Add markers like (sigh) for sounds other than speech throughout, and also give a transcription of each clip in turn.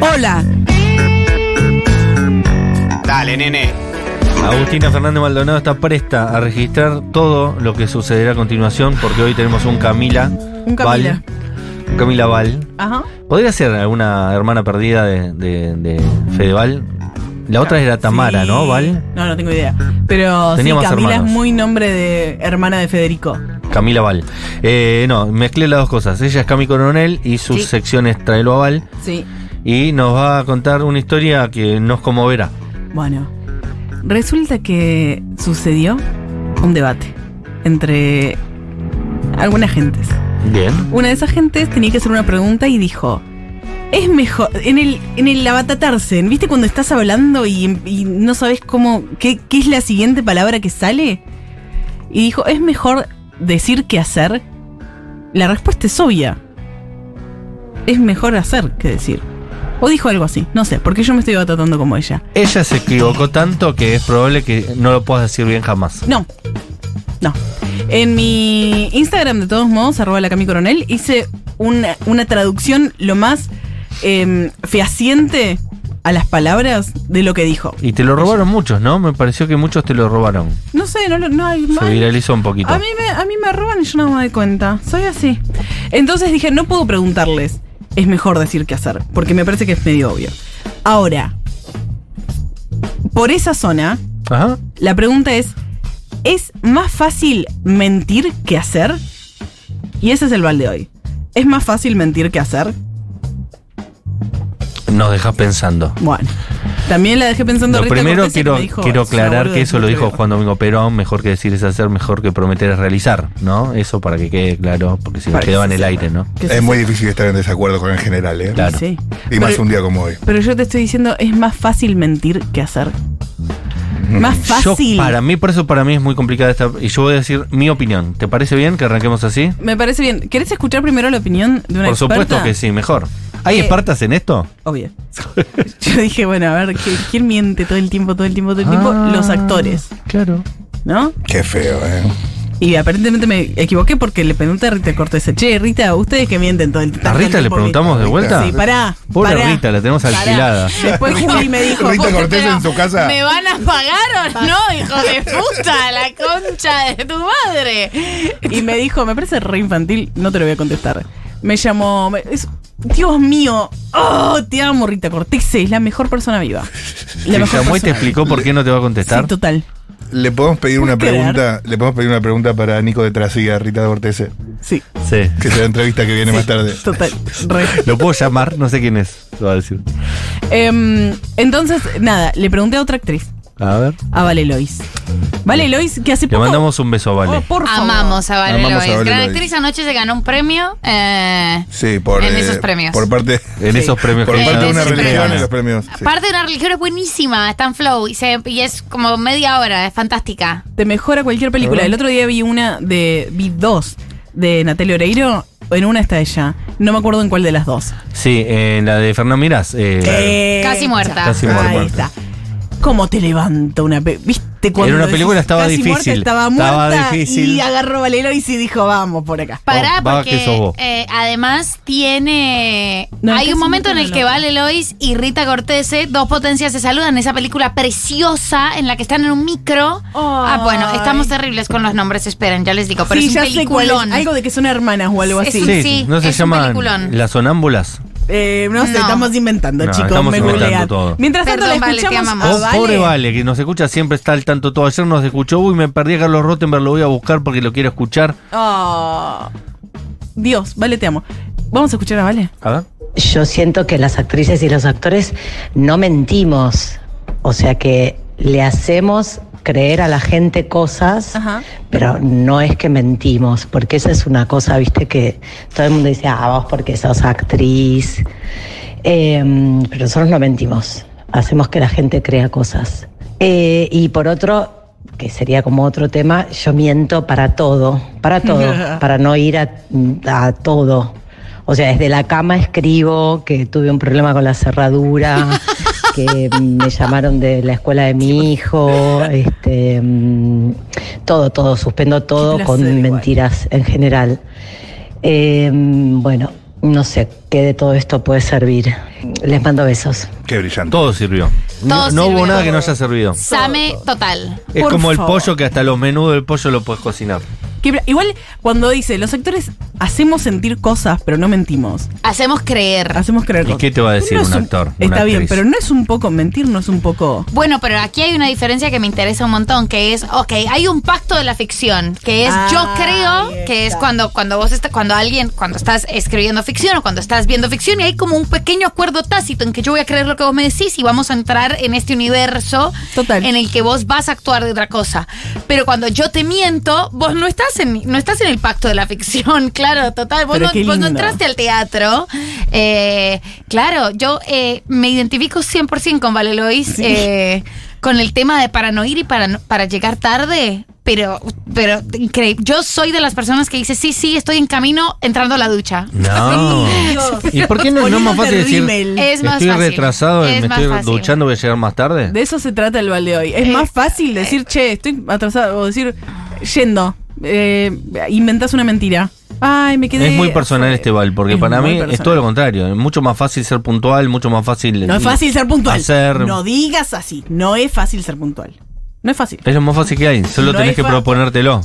Basta. Dale, nene. Agustina Fernández Maldonado está presta a registrar todo lo que sucederá a continuación, porque hoy tenemos un Camila. Un Camila. Val, un Camila Val. Ajá. ¿Podría ser alguna hermana perdida de, de, de Fedeval? La otra era Tamara, Sí. ¿no, Val? No, no tengo idea. Pero Tenía sí, más Camila hermanos. es muy nombre de hermana de Federico. Camila Val. Eh, no, mezclé las dos cosas. Ella es Cami Coronel y sus Sí. secciones Traelo a Val. Sí. Y nos va a contar una historia que nos conmoverá. Bueno, resulta que sucedió un debate entre algunas gentes. Bien. Una de esas gentes tenía que hacer una pregunta y dijo, es mejor, en el, en el abatatarse, ¿viste cuando estás hablando y, y no sabes cómo, qué, qué es la siguiente palabra que sale? Y dijo, ¿es mejor decir que hacer? La respuesta es obvia. Es mejor hacer que decir. O dijo algo así, no sé, porque yo me estoy abatatando como ella. Ella se equivocó tanto que es probable que no lo puedas decir bien jamás. No. No. En mi Instagram, de todos modos, arroba la Cami Coronel, hice una, una traducción lo más em, fehaciente a las palabras de lo que dijo. Y te lo robaron muchos, ¿no? Me pareció que muchos te lo robaron. No sé, no, lo- no hay Se más. viralizó un poquito. A mí, me, a mí me roban y yo no me doy cuenta. Soy así. Entonces dije, no puedo preguntarles. Es mejor decir que hacer, porque me parece que es medio obvio. Ahora, por esa zona, Ajá. La pregunta es, ¿es más fácil mentir que hacer? Y ese es el bal de hoy. ¿Es más fácil mentir que hacer? Nos dejas pensando. Bueno, también la dejé pensando. Lo Rita primero Cortese, que quiero, me dijo, quiero "Es una aclarar boludez, que eso no lo te dijo creo". Juan Domingo Perón, mejor que decir es hacer, mejor que prometer es realizar, ¿no? Eso para que quede claro, porque si no Parece quedaba en el ser. aire, ¿no? ¿Qué Es muy difícil estar en desacuerdo con el general, ¿eh? Claro. Sí. Y más Pero- un día como hoy. Pero yo te estoy diciendo, es más fácil mentir que hacer. Más Yo, fácil. para mí, por eso para mí es muy complicada esta. Y yo voy a decir mi opinión. ¿Te parece bien que arranquemos así? Me parece bien. ¿Querés escuchar primero la opinión de una Por supuesto experta? que sí, mejor. ¿Hay Eh, espartas en esto? Obvio. (laughs) Yo dije, bueno, a ver, ¿qué- ¿quién miente todo el tiempo, todo el tiempo, todo el tiempo? Ah, Los actores, Claro. ¿no? Qué feo, ¿eh? Y aparentemente me equivoqué porque le pregunté a Rita Cortés. Che, Rita, ustedes que mienten todo el tanto ¿A Rita le tiempo preguntamos de Rita, vuelta? que- Sí, pará. Pobre pará, Rita, la tenemos pará. alquilada. Después Juli me dijo. Rita vos- Cortés en su casa. ¿Me van a pagar o no, hijo de puta? La concha de tu madre. Y me dijo, me parece re infantil, no te lo voy a contestar. Me llamó. me- es- Dios mío. Oh, te amo, Rita Cortés. Es la mejor persona viva. La Te mejor llamó persona y te viva. explicó por qué no te va a contestar. Sí, total. Le podemos pedir una ¿Puedes pregunta, le podemos pedir una pregunta para Nico de Trasía, Rita Cortese, Sí, Sí. que sea la entrevista que viene más tarde. total. Re. Lo puedo llamar, no sé quién es. Lo va a decir. Em, entonces, nada, le pregunté a otra actriz, A ver. a Vale Lois. Vale Lois, que hace Le poco. mandamos un beso, Oh, Vale. por favor. Amamos a Valeria Amamos a Lois. Valeria Gran Lois. actriz anoche se ganó un premio. eh, Sí, por En eh, esos premios. Por parte En Sí. esos premios por que parte ya de una esos se entregan. religión premios. en los premios. sí. Parte de una religión es buenísima, está en flow y, se- y es como media hora, es fantástica. Te mejora cualquier película. El otro día vi una de. Vi dos de Natalia Oreiro. En una está ella. No me acuerdo en cuál de las dos. Sí, eh, la de Fernán Mirás. eh, Eh, Casi muerta. Casi ahí muerta. está. ¿Cómo te levanta una pe- ¿Viste cuando En una película estaba casi muerta, difícil. estaba Estaba muerta difícil. y agarró Valero y sí dijo, vamos por acá. Pará, Oh, va porque que sos vos. eh, además tiene. No, este hay casi un momento en me el que loca. Vale Lois y Rita Cortese, dos potencias, se saludan. Esa película preciosa en la que están en un micro. Ah, bueno, estamos terribles con los nombres, esperen, ya les digo. Pero sí, es ya un sé cuál es. peliculón. Algo de que son hermanas o algo Es así. un- Sí, Sí, no se es un llaman peliculón. las sonámbulas. Eh, no sé, No. estamos inventando, No, chicos. estamos me inventando googlean. todo. Mientras tanto, Perdón, la Ah, Vale, te escuchamos a amamos. Oh, Pobre Vale, que nos escucha siempre, está al tanto todo. Ayer nos escuchó, uy, me perdí a Carlos Rottenberg, lo voy a buscar porque lo quiero escuchar. Oh. Dios, Vale, te amo. Vamos a escuchar a Vale. A ver. Yo siento que las actrices y los actores no mentimos, o sea que le hacemos creer a la gente cosas, Ajá. pero no es que mentimos, porque esa es una cosa, viste, que todo el mundo dice, ah, vos porque sos actriz, Em, pero nosotros no mentimos, hacemos que la gente crea cosas. Eh, y por otro, que sería como otro tema, yo miento para todo, para todo, para no ir a, a todo. O sea, desde la cama escribo que tuve un problema con la cerradura, que me llamaron de la escuela de mi hijo, este, mm, todo, todo, suspendo todo placer con igual. mentiras en general. Eh, bueno, no sé qué de todo esto puede servir. Les mando besos. Qué brillante. Todo sirvió. Todo no no sirvió. hubo nada que no haya servido. Same total. Es Por como el favor. pollo que hasta los menudos del pollo lo puedes cocinar. Que pla- igual cuando dice, los actores hacemos sentir cosas, pero no mentimos. Hacemos creer. Hacemos creer. ¿Y cosas". qué te va a decir es un actor, una Está bien, actriz? pero no es un poco mentir, no es un poco. Bueno, pero aquí hay una diferencia que me interesa un montón, que es, ok, hay un pacto de la ficción, que es Ah, yo creo, ahí que es está. cuando, cuando vos estás, cuando alguien, cuando estás escribiendo ficción o cuando estás viendo ficción, y hay como un pequeño acuerdo tácito en que yo voy a creer lo que vos me decís y vamos a entrar en este universo Total. en el que vos vas a actuar de otra cosa. Pero cuando yo te miento, vos no estás en, no estás en el pacto de la ficción, (laughs) claro, total. Vos, Pero no, qué vos no lindo. entraste al teatro. Eh, claro, yo eh, me identifico 100% con Vale Lois, eh, con el tema de para no ir y para, no- para llegar tarde. Pero, pero increíble. Yo soy de las personas que dice, sí, sí, estoy en camino entrando a la ducha. (laughs) No. ¿Y por qué no, no es más Poniéndote fácil decir rímel. Es más estoy fácil. retrasado, Es me más estoy fácil. duchando, voy a llegar más tarde? De eso se trata el balde hoy. Es Eh, más fácil decir, che, estoy atrasado, o decir, yendo. Eh, inventas una mentira. Ay, me quedé. es muy personal este bal, porque Es para muy mí es personal. todo lo contrario. Es mucho más fácil ser puntual, mucho más fácil. No es fácil ser puntual. Hacer. No digas así. No es fácil ser puntual. No es fácil. Es lo más fácil que hay, solo No tenés es que fa- proponértelo.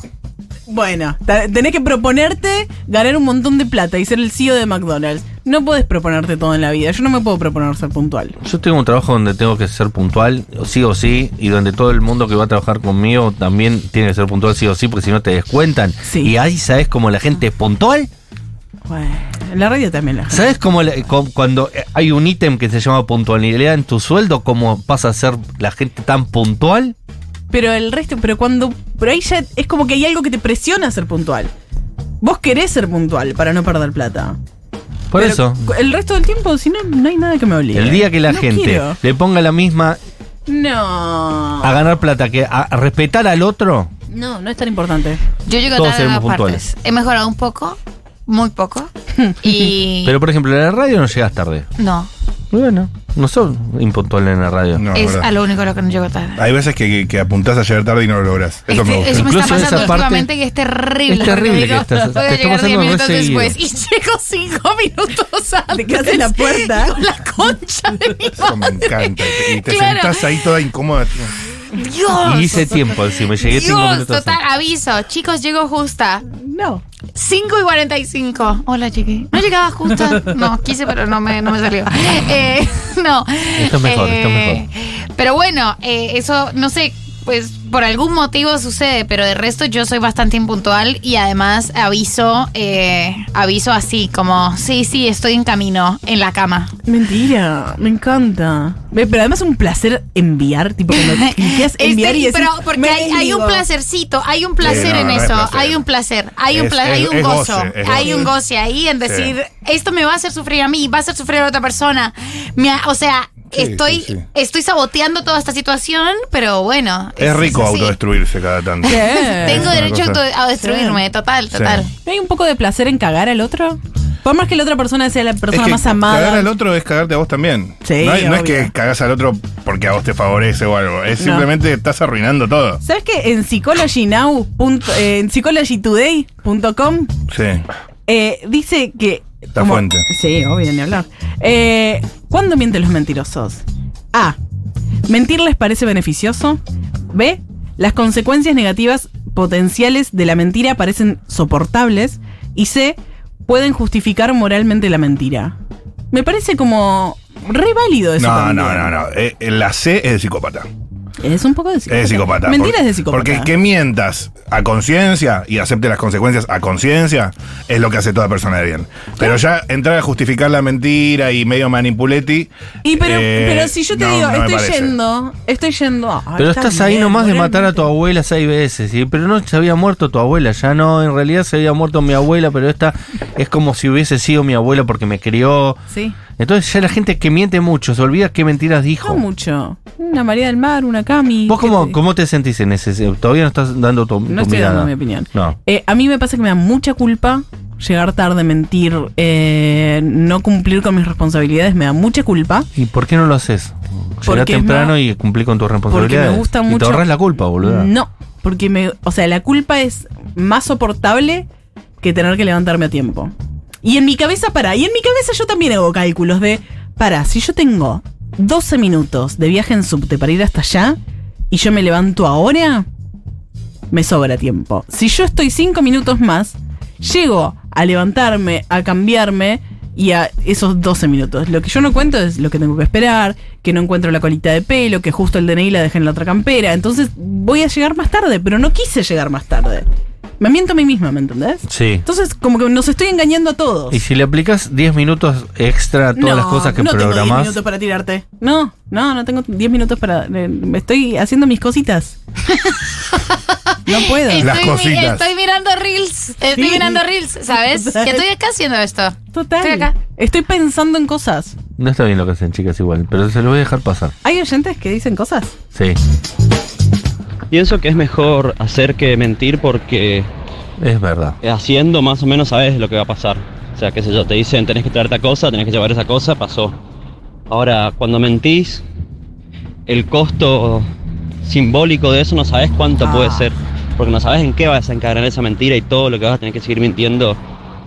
Bueno, ta- tenés que proponerte ganar un montón de plata y ser el CEO de McDonald's. No podés proponerte todo en la vida. Yo no me puedo proponer ser puntual. Yo tengo un trabajo donde tengo que ser puntual, sí o sí, y donde todo el mundo que va a trabajar conmigo también tiene que ser puntual, sí o sí, porque si no te descuentan. Sí. Y ahí sabes cómo la gente es puntual. Bueno, en la radio también la gente. ¿Sabes cómo la- cu- cuando eh, hay un ítem que se llama puntualidad en tu sueldo, cómo pasa a ser la gente tan puntual? Pero el resto, pero cuando. Pero ahí ya es como que hay algo que te presiona a ser puntual. Vos querés ser puntual para no perder plata. Por Pero eso, cu- El resto del tiempo, si no, no hay nada que me obligue. el día que la No gente quiero. le ponga la misma No. a ganar plata que a, a respetar al otro, No, no es tan importante. Yo llego Todos tarde a seremos todas puntuales. partes. He mejorado un poco, muy poco. Y. (laughs) pero por ejemplo en la radio no llegas tarde. no, Bueno, no sos impuntual en la radio. No, es verdad. a lo único a lo que no llego tarde. Hay veces que, que, que apuntás a llegar tarde y no lo lográs. Eso Este- me gusta. eso me Incluso está pasando esa parte- últimamente que es terrible. es terrible porque digo, que estás- voy a te está pasando llegar 10 re minutos seguido. después y (laughs) llego 5 minutos antes. Te quedas en la puerta. (laughs) Con la concha de mi Eso me encanta. Y te (laughs) Claro. sentás ahí toda incómoda. Dios. Y hice tiempo encima, llegué cinco Dios, minutos total, aviso. Chicos, llego justa. No. 5 y 45. Hola, llegué. (laughs) No llegaba justa. No, quise, pero no me, no me salió. Eh, no. Eh, Esto es mejor, esto es mejor. Pero bueno, eh, eso, no sé, pues por algún motivo sucede, pero de resto yo soy bastante impuntual y además aviso, eh, aviso así, como, sí, sí, estoy en camino, en la cama. Mentira, me encanta. Ve, Pero además es un placer enviar, tipo (laughs) cuando cliqueas Este, enviar y decís, pero porque "Me hay, hay un desligo". placercito, hay un placer Sí, no, en no es eso, placer. hay un placer, hay un Es- pla- es- hay un es gozo, goce, es hay goce. un goce ahí en decir, esto me va a hacer sufrir a mí, va a hacer sufrir a otra persona. Me ha- o sea, Sí, estoy, sí, sí. estoy saboteando toda esta situación, pero bueno. Es rico así. autodestruirse cada (laughs) tanto. ¿Qué? Tengo una derecho a cosa. auto- a destruirme, total, total. ¿No hay un poco de placer en cagar al otro? Por más que la otra persona sea la persona que más amada. Cagar al otro es cagarte a vos también. Sí, no, hay- no es obvio. que cagás al otro porque a vos te favorece o algo. Es No. simplemente estás arruinando todo. ¿Sabes qué? En psychologynow.com, eh, en psychologytoday.com Sí. eh, dice que. La fuente. Sí, obvio, ni hablar. Eh, ¿Cuándo mienten los mentirosos? A. Mentir les parece beneficioso. B. Las consecuencias negativas potenciales de la mentira parecen soportables. Y C. Pueden justificar moralmente la mentira. Me parece como re válido eso. No, también. no, no, no. Eh, eh, la C es de psicópata. Es un poco de Es psicópata. de psicópata. Mentira Por- es de psicópata. Porque que mientas a conciencia y acepte las consecuencias a conciencia es lo que hace toda persona de bien. ¿Eh? Pero ya entrar a justificar la mentira y medio manipuleti. Y pero, eh, pero si yo te no, digo, no me estoy parece. yendo, estoy yendo. ay, Pero Ah, está estás ahí bien, nomás de matar a tu moralmente. abuela seis veces, ¿sí? pero no se había muerto tu abuela, ya no, en realidad se había muerto mi abuela, pero esta es como si hubiese sido mi abuela porque me crió. Sí. Entonces ya la gente que miente mucho, se olvida qué mentiras dijo. No mucho. Una María del Mar, una Cami. ¿Vos ¿qué cómo, te- cómo te sentís en ese? Todavía no estás dando tu, tu No estoy mirada. dando mi opinión. No. Eh, a mí me pasa que me da mucha culpa llegar tarde, mentir, eh, no cumplir con mis responsabilidades, me da mucha culpa. ¿Y por qué no lo haces? Llegá Porque es temprano más- y cumplí con tus Porque responsabilidades. me gusta Y te mucho. ahorras la culpa, boludo. No, porque me, o sea, la culpa es más soportable que tener que levantarme a tiempo. Y en mi cabeza, para, y en mi cabeza yo también hago cálculos de, para, si yo tengo 12 minutos de viaje en subte para ir hasta allá y yo me levanto ahora, me sobra tiempo. Si yo estoy 5 minutos más, llego a levantarme, a cambiarme y a esos 12 minutos. Lo que yo no cuento es lo que tengo que esperar, que no encuentro la colita de pelo, que justo el DNI la dejé en la otra campera. Entonces voy a llegar más tarde, pero no quise llegar más tarde. Me miento a mí misma, ¿me entendés? Sí. Entonces, como que nos estoy engañando a todos. Y si le aplicas 10 minutos extra a todas No, las cosas que no tengo 10 programás. minutos para tirarte. No, no, no tengo 10 minutos para. eh, Me estoy haciendo mis cositas. no puedo. Estoy, Las mi- cositas. estoy mirando reels. Estoy Sí. mirando reels, (laughs) ¿sabes? Total. Que estoy acá haciendo esto. Total. Estoy acá. Estoy pensando en cosas. No está bien lo que hacen, chicas, igual. Pero se lo voy a dejar pasar. ¿Hay oyentes que dicen cosas? Sí. Pienso que es mejor hacer que mentir porque eh, Es verdad. haciendo más o menos sabes lo que va a pasar. O sea, qué sé yo, te dicen tenés que traer esta cosa, tenés que llevar esa cosa, pasó. Ahora, cuando mentís, el costo simbólico de eso no sabes cuánto Ah. puede ser. Porque no sabes en qué vas a encadenar esa mentira y todo lo que vas a tener que seguir mintiendo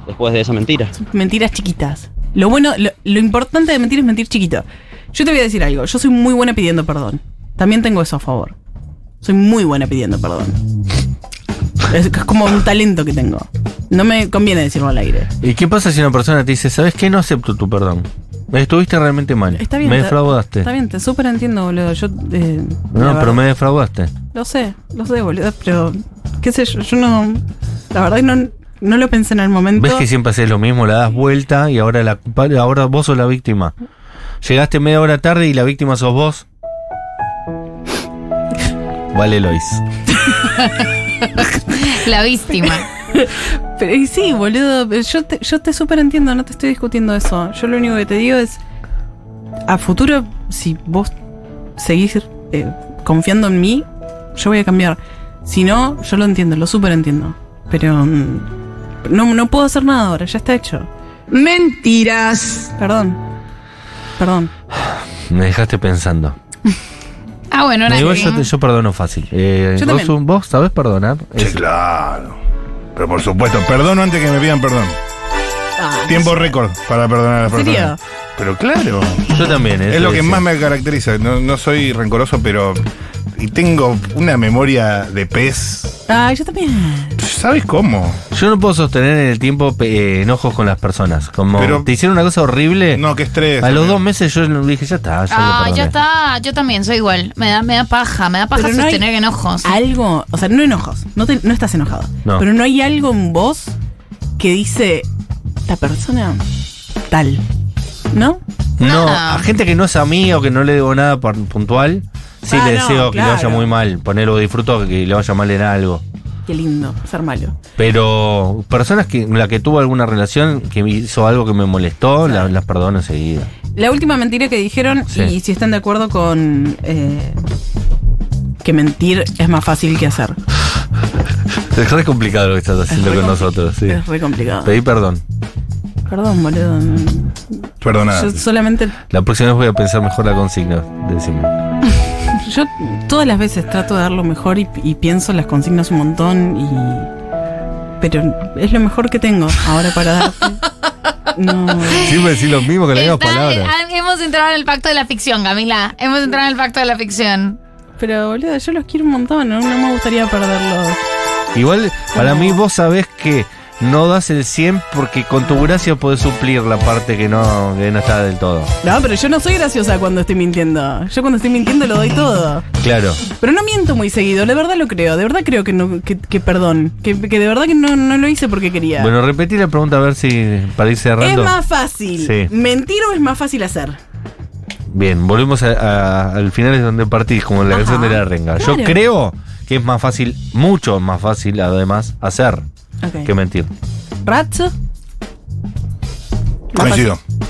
después de esa mentira. Mentiras chiquitas. Lo bueno, lo, lo importante de mentir es mentir chiquito. Yo te voy a decir algo. Yo soy muy buena pidiendo perdón. También tengo eso a favor. Soy muy buena pidiendo perdón. Es, es como un talento que tengo. No me conviene decirlo al aire. ¿Y qué pasa si una persona te dice, ¿sabes qué? No acepto tu perdón. Estuviste realmente mal. Está bien. Me te- defraudaste. Está bien, te súper entiendo, boludo. Yo. eh, la No, verdad- pero me defraudaste. Lo sé, lo sé, boludo. Pero. ¿Qué sé yo? Yo no. La verdad, que no, no lo pensé en el momento. ¿Ves que siempre haces lo mismo? La das vuelta y ahora, la, culpa- ahora vos sos la víctima. Llegaste media hora tarde y la víctima sos (laughs) vos. Vale, Lois. La víctima. (laughs) Pero, y sí, boludo, pero yo te, yo te súper entiendo, no te estoy discutiendo eso. Yo lo único que te digo es, a futuro, si vos seguís eh, confiando en mí, yo voy a cambiar. Si no, yo lo entiendo, lo súper entiendo. Pero mm, no, no puedo hacer nada ahora, ya está hecho. Mentiras. Perdón. Perdón. Me dejaste pensando. Ah, bueno, No, ahora igual sí. yo, te- yo perdono fácil. Eh, Yo Gozu, también. ¿Vos sabés perdonar? Sí, Es- claro. Pero por supuesto, perdono antes que me pidan perdón. Tiempo récord para perdonar a las ¿En serio? personas. Pero claro, Yo también. es eso lo que decía. más me caracteriza. No, no soy rencoroso, pero. Y tengo una memoria de pez. Ay, Ah, yo también. ¿Sabes cómo? Yo no puedo sostener en el tiempo pe- eh, enojos con las personas. Como Pero- te hicieron una cosa horrible. No, que estrés. a los dos meses yo dije, ya está. Ya lo Ah, perdoné". ya está. Yo también soy igual. Me da, me da paja. Me da paja Pero no hay- sostener enojos. algo, o sea, no enojos, no, te- no estás enojado, No. pero no hay algo en vos que dice, esta persona tal, ¿no? No, Ah. a gente que no es amigo, que no le debo nada por- puntual, sí Ah, le no, deseo que le vaya claro. muy mal. Ponerlo disfruto que le vaya mal en algo. Qué lindo, ser malo. Pero personas que la que tuvo alguna relación, que me hizo algo que me molestó, la- las perdono enseguida. La última mentira que dijeron, Sí. y si están de acuerdo con eh, que mentir es más fácil que hacer. Es re complicado lo que estás Es haciendo re con compli- nosotros. Sí. Es re complicado. Pedí perdón. Perdón, boludo. Perdonada. Yo solamente, La próxima vez voy a pensar mejor la consigna. Decime. yo todas las veces trato de dar lo mejor y, y pienso las consignas un montón y... Pero es lo mejor que tengo ahora para darte. No. Siempre decís lo mismo con las mismas Está- palabras. ah, hemos entrado en el pacto de la ficción, Camila. Hemos entrado en el pacto de la ficción. Pero boludo, yo los quiero un montón, no, no me gustaría perderlos. Igual, para No. mí vos sabés que no das el 100 porque con tu gracia podés suplir la parte que no, que no está del todo. No, pero yo no soy graciosa cuando estoy mintiendo. Yo cuando estoy mintiendo lo doy todo. Claro. Pero no miento muy seguido, de verdad lo creo, de verdad creo que no, que, que perdón, que, que de verdad que no, no lo hice porque quería. Bueno, repetí la pregunta a ver si para ir es cerrando. más fácil Sí. mentir o es más fácil hacer. Bien, volvemos a- a- al final es donde partís, como en la Ajá. canción de la renga. Yo Claro. creo que es más fácil, mucho más fácil además, hacer Ok. que mentir. ¿Ratso? Más Coincido. fácil-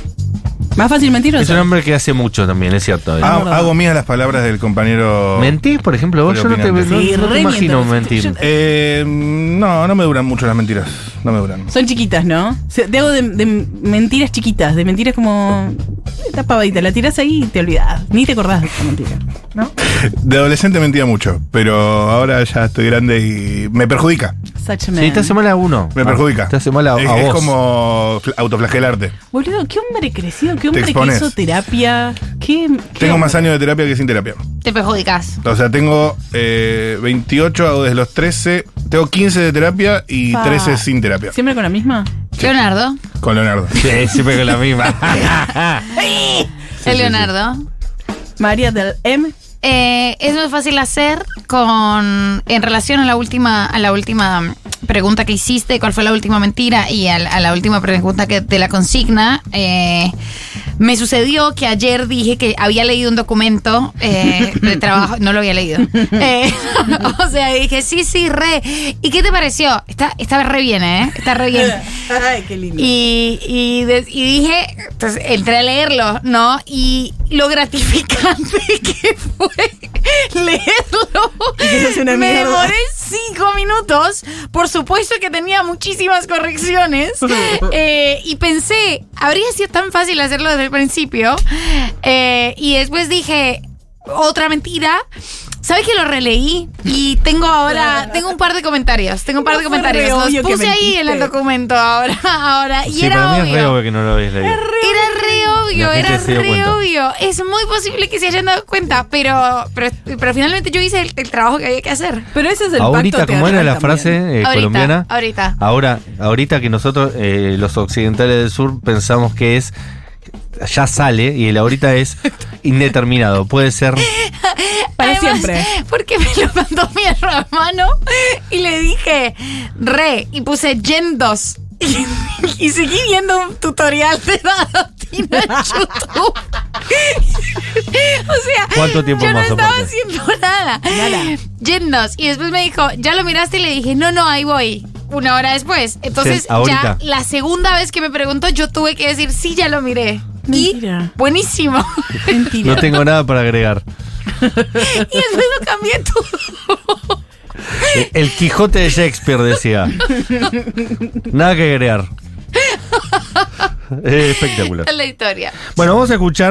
¿Más fácil mentir o Es un hacer? hombre que hace mucho también, es cierto. Ah, verdad. hago mías las palabras del compañero. ¿Mentís, por ejemplo? Vos Pero yo no te, opinante. no- Sí, no te re imagino miento. mentir. Yo- Eh, no, no me duran mucho las mentiras. no me duran. Son chiquitas, ¿no? Se- Te hago de, de mentiras chiquitas, de mentiras como. Esta pavadita, la tirás ahí y te olvidás. Ni te acordás de esta mentira. De adolescente mentía mucho, pero ahora ya estoy grande y me perjudica. Such a Sí, te man. hace mal a uno. Me perjudica. Ah, Te hace mal a, es, a es vos. como fla- autoflagelarte. Boludo, qué hombre crecido, qué hombre que expones. hizo terapia. ¿Qué, qué Tengo más hombre. años de terapia que sin terapia. Te perjudicas. O sea, tengo eh, 28, hago desde los 13. Tengo 15 de terapia y Pa. 13 sin terapia. ¿Siempre con la misma? Leonardo. Con Leonardo. (laughs) Sí, siempre con la misma. el Leonardo. María del M. Eh, es muy fácil hacer con en relación a la última a la última mm, pregunta que hiciste, cuál fue la última mentira y al- a, la última pregunta que te la consigna. eh, me sucedió que ayer dije que había leído un documento eh, de trabajo, no lo había leído. Eh, (laughs) o sea, dije, sí, sí, re. ¿Y qué te pareció? Está, está re bien, ¿eh? Está re bien. (laughs) Ay, qué lindo. (laughs) Y, y, de- y dije, entonces entré a leerlo, ¿no? Y lo gratificante (laughs) que fue leerlo. que se hace una me mierda. demoré cinco minutos. Por supuesto que tenía muchísimas correcciones. (laughs) (laughs) Eh, y pensé, habría sido tan fácil hacerlo desde el principio. Eh, y después dije, otra mentira. ¿Sabes que lo releí? Y (laughs) tengo ahora, tengo un par de comentarios. Tengo un par de No fue re comentarios. Los obvio que puse ahí en el mentiste. documento documento ahora, ahora. Y sí, era para mí es re obvio. obvio que no lo habéis leído. Era re obvio, La gente era se dio re cuenta. obvio. Es muy posible que se hayan dado cuenta, pero, pero, pero finalmente yo hice el, el trabajo que había que hacer. Pero ese es el Ahorita, pacto ¿cómo era la teatral también. frase eh, ahorita, colombiana? ahorita. Ahora, ahorita que nosotros, eh, los occidentales del sur, pensamos que es ya sale y el ahorita es indeterminado. Puede ser. Para Además, siempre. (laughs) Porque me lo mandó mi hermano y le dije re y puse yen 2. Y, (laughs) y seguí viendo un tutorial de Dadatina (laughs) en YouTube. (laughs) o sea, ¿Cuánto tiempo yo más no estaba aparte? haciendo nada. Yen 2. Y después me dijo, ya lo miraste y le dije, no, no, ahí voy. Una hora después. Entonces, Sí, ahorita. ya la segunda vez que me preguntó, yo tuve que decir, sí, ya lo miré. Mentira. Y buenísimo. (laughs) Mentira. No tengo nada para agregar. y después lo cambié todo. Eh, El Quijote de Shakespeare decía. Nada que agregar. Eh, espectacular. Es la historia. (laughs) Bueno, vamos a escuchar.